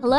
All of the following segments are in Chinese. Hello,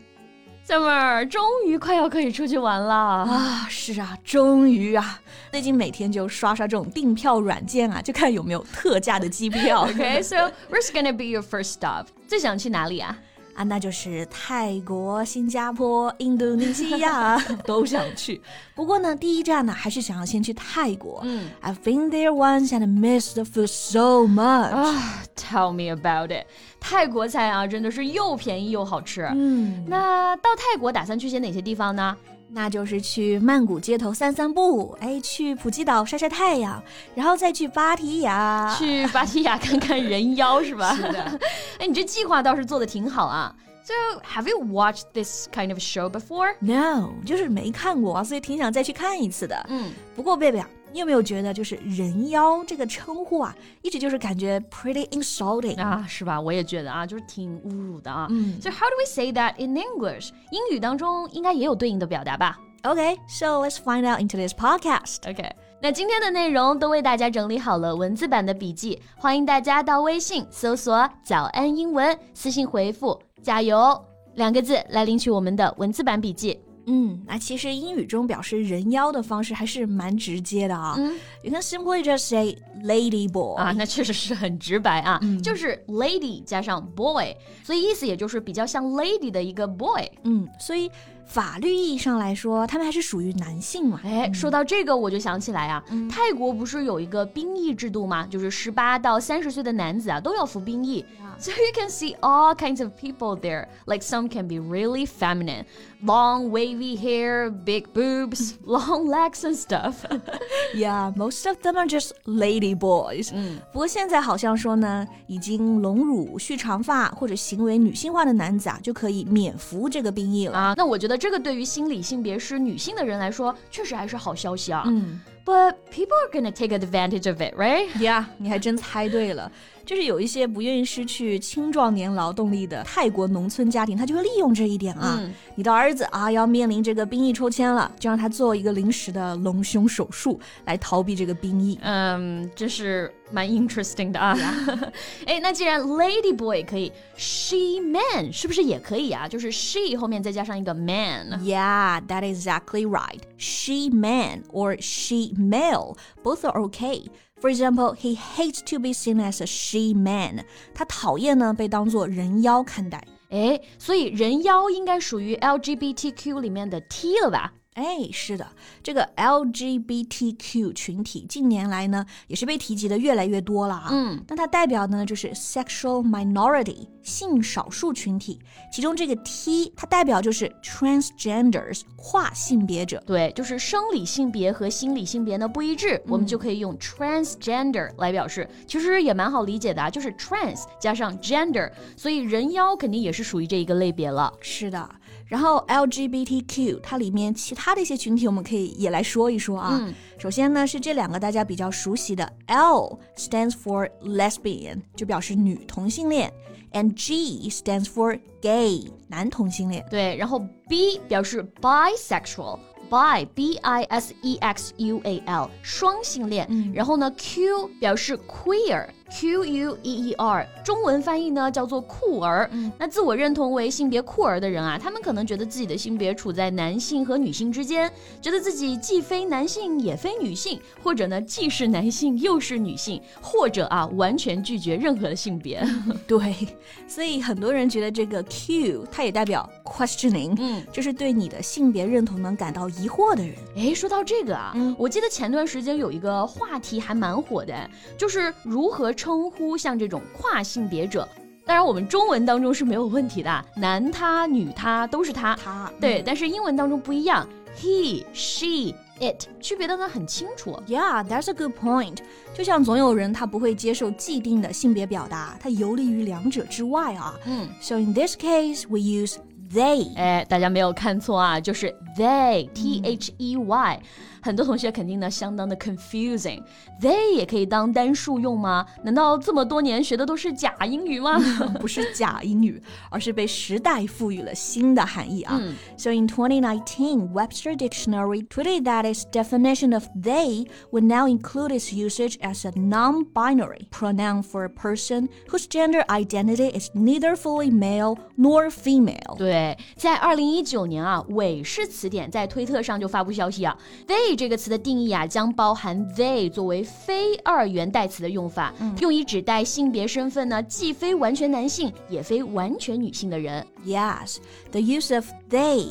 Summer 终于快要可以出去玩了。啊，是啊，终于啊！最近每天就刷刷这种订票软件啊，就看有没有特价的 机票。 Okay, so where's gonna be your first stop? 最想去哪里啊？啊，那就是泰国、新加坡、印度尼西亚都想去。不过呢，第一站呢，还是想要先去泰国。嗯，I've been there once and missed the food so much、啊，Tell me about it。泰国菜啊，真的是又便宜又好吃。嗯，那到泰国打算去些哪些地方呢？那就是去曼谷街头散散步，哎，去普吉岛晒晒太阳，然后再去芭提雅。去芭提雅看看人妖是吧？啊是的。 哎，你这计划倒是做的挺好啊。So have you watched this kind of show before？ No，就是没看过啊，所以挺想再去看一次的。嗯，不过贝贝啊，你有没有觉得就是“人妖”这个称呼啊，一直就是感觉 pretty insulting？、啊，是吧？我也觉得啊，就是挺侮辱的啊。嗯 So how do we say that in English？英语当中应该也有对应的表达吧？ Okay, so let's find out in today's podcast. OK，那今天的内容都为大家整理好了文字版的笔记，欢迎大家到微信搜索“早安英文”，私信回复“加油”两个字来领取我们的文字版笔记。嗯，那其实英语中表示人妖的方式还是蛮直接的啊。嗯 You can simply just say lady boy. 啊，那确实是很直白啊，就是 lady 加上 boy，所以意思也就是比较像 lady 的一个 boy。嗯，所以法律意义上来说，他们还是属于男性嘛。哎，说到这个，我就想起来啊，泰国不是有一个兵役制度吗？就是十八到三十岁的男子啊都要服兵役。So you can see all kinds of people there. Like some can be really feminine, long wavy hair, big boobs, long legs and stuff. Yeah, most of them are just lady boys. 嗯，不过现在好像说呢，已经隆乳、蓄长发或者行为女性化的男子啊，就可以免服这个兵役了。啊，那我觉得这个对于心理性别是女性的人来说，确实还是好消息啊。嗯 But people are gonna take advantage of it, right? ，Yeah，你还真猜对了，就是有一些不愿意失去青壮年劳动力的泰国农村家庭，他就会利用这一点啊。嗯你的儿子啊要面临这个兵役抽签了，就让他做一个临时的隆胸手术来逃避这个兵役。嗯，这是蛮 interesting 的啊。 哎，那既然 lady boy 可以，she man 是不是也可以啊？就是 she 后面再加上一个 man。 Yeah, that is exactly right. She man or she male, both are okay. For example, he hates to be seen as a she man. 他讨厌呢被当做人妖看待。哎，所以人妖应该属于 LGBTQ 里面的 T 了吧？哎，是的，这个 LGBTQ 群体近年来呢也是被提及的越来越多了啊。嗯，那它代表呢就是 sexual minority 性少数群体，其中这个 T 它代表就是 transgenders 跨性别者。对，就是生理性别和心理性别呢不一致，我们就可以用 transgender 来表示。其实也蛮好理解的啊，就是 trans 加上 gender，所以人妖肯定也是属于这一个类别了。是的，然后 LGBTQ 它里面其他的一些群体，我们可以也来说一说啊。嗯首先呢是这两个大家比较熟悉的 L stands for lesbian，就表示女同性恋，and G stands for gay，男同性恋。对，然后 B 表示 bisexual。Bi B I S E X U A L 双性恋，然后呢 Q 表示 queer Q U E E R，中文翻译呢叫做酷儿。那自我认同为性别酷儿的人啊，他们可能觉得自己的性别处在男性和女性之间，觉得自己既非男性也非女性，或者呢既是男性又是女性，或者啊完全拒绝任何的性别。对，所以很多人觉得这个 Q 它也代表 questioning，嗯，就是对你的性别认同呢感到疑惑的人。诶，说到这个啊，嗯我记得前段时间有一个话题还蛮火的，就是如何称呼像这种跨性别者。当然，我们中文当中是没有问题的，男他、女他都是他，他嗯对。但是英文当中不一样，he、she、 it，区别的呢很清楚。 Yeah, that's a good point. 就像总有人他不会接受既定的性别表达，他游离于两者之外啊。嗯，So in this case, we use they. 哎，大家没有看错啊，就是 they 嗯 t h e y，、很多同学肯定呢相当的 confusing。they 也可以当单数用吗？难道这么多年学的都是假英语吗？不是假英语，而是被时代赋予了新的含义啊。So in 2019, Webster Dictionary tweeted that its definition of they would now include its usage as a non-binary pronoun for a person whose gender identity is neither fully male nor female. 对，在二零一九年啊，韦氏词典在推特上就发布消息啊，they 这个词的定义啊，将包含 they 作为非二元代词的用法，用以指代性别身份呢，既非完全男性，也非完全女性的人。 Yes, the use of they,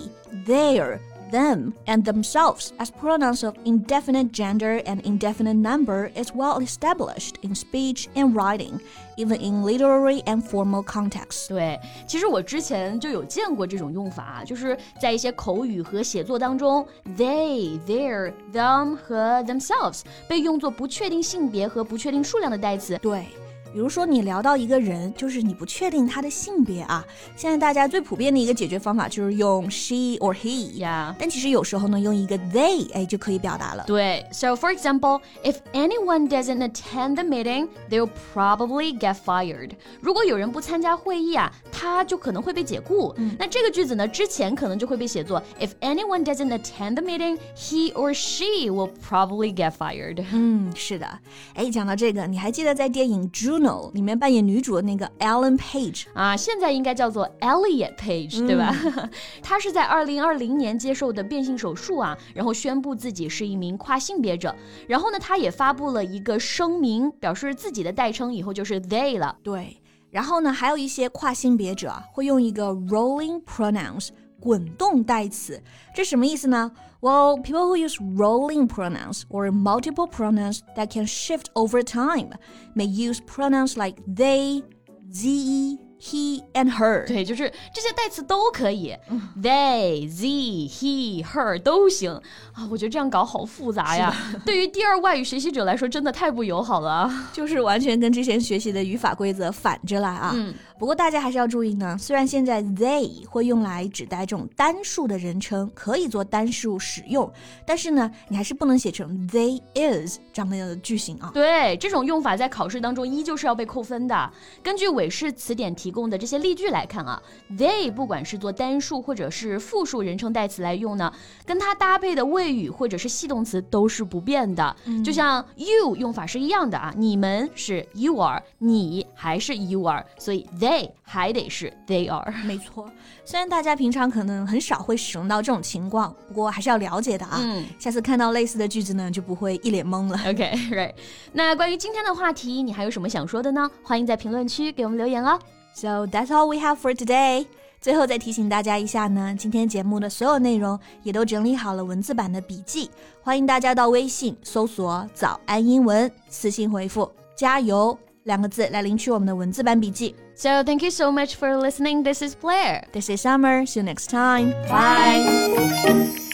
their, them, and themselves as pronouns of indefinite gender and indefinite number is well established in speech and writing, even in literary and formal contexts. 对，其实我之前就有见过这种用法啊，就是在一些口语和写作当中，they、their、them 和 themselves 被用作不确定性别和不确定数量的代词，对。比如说，你聊到一个人，就是你不确定他的性别啊。现在大家最普遍的一个解决方法就是用 she or he，、 Yeah 但其实有时候呢，用一个 they，哎，就可以表达了。对，so for example, if anyone doesn't attend the meeting, they'll probably get fired. 如果有人不参加会议啊，他就可能会被解雇。那这个句子呢，之前可能就会被写作 If anyone doesn't attend the meeting, he or she will probably get fired. 嗯，是的。哎，讲到这个，你还记得在电影《Juno》里面扮演女主的那个 Ellen Page？啊，现在应该叫做 Elliot Page，、对吧？ 他是在二零二零年接受的变性手术啊，然后宣布自己是一名跨性别者。然后呢，他也发布了一个声明，表示自己的代称以后就是 they 了。对。然后呢，还有一些跨性别者啊会用一个 rolling pronouns 滚动代词，这什么意思呢？Well, people who use rolling pronouns or multiple pronouns that can shift over time may use pronouns like they, ze, he, and her. 对，就是这些代词都可以、t h e y z、he、her 都行啊。我觉得这样搞好复杂呀，对于第二外语学习者来说，真的太不友好了啊。就是完全跟之前学习的语法规则反着来啊。嗯，不过大家还是要注意呢。虽然现在 they 会用来指代这种单数的人称，可以做单数使用，但是呢，你还是不能写成 they is 这样那样的句型 啊。对，这种用法在考试当中依旧是要被扣分的。根据韦氏词典提供的这些例句来看啊，they 不管是做单数或者是复数人称代词来用呢，跟它搭配的谓语或者是系动词都是不变的。就像 you 用法是一样的啊，你们是 you are，你还是 you are，所以 they 还得是 they are。没错，虽然大家平常可能很少会使用到这种情况，不过还是要了解的啊。嗯下次看到类似的句子呢，就不会一脸懵了。 OK，right、那关于今天的话题，你还有什么想说的呢？欢迎在评论区给我们留言哦。 So that's all we have for today. 最后再提醒大家一下呢，今天节目的所有内容也都整理好了文字版的笔记，欢迎大家到微信搜索“早安英文”，私信回复“加油”两个字来领取我们的文字版笔记。 So thank you so much for listening. This is Blair. This is Summer. See you next time. Bye.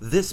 This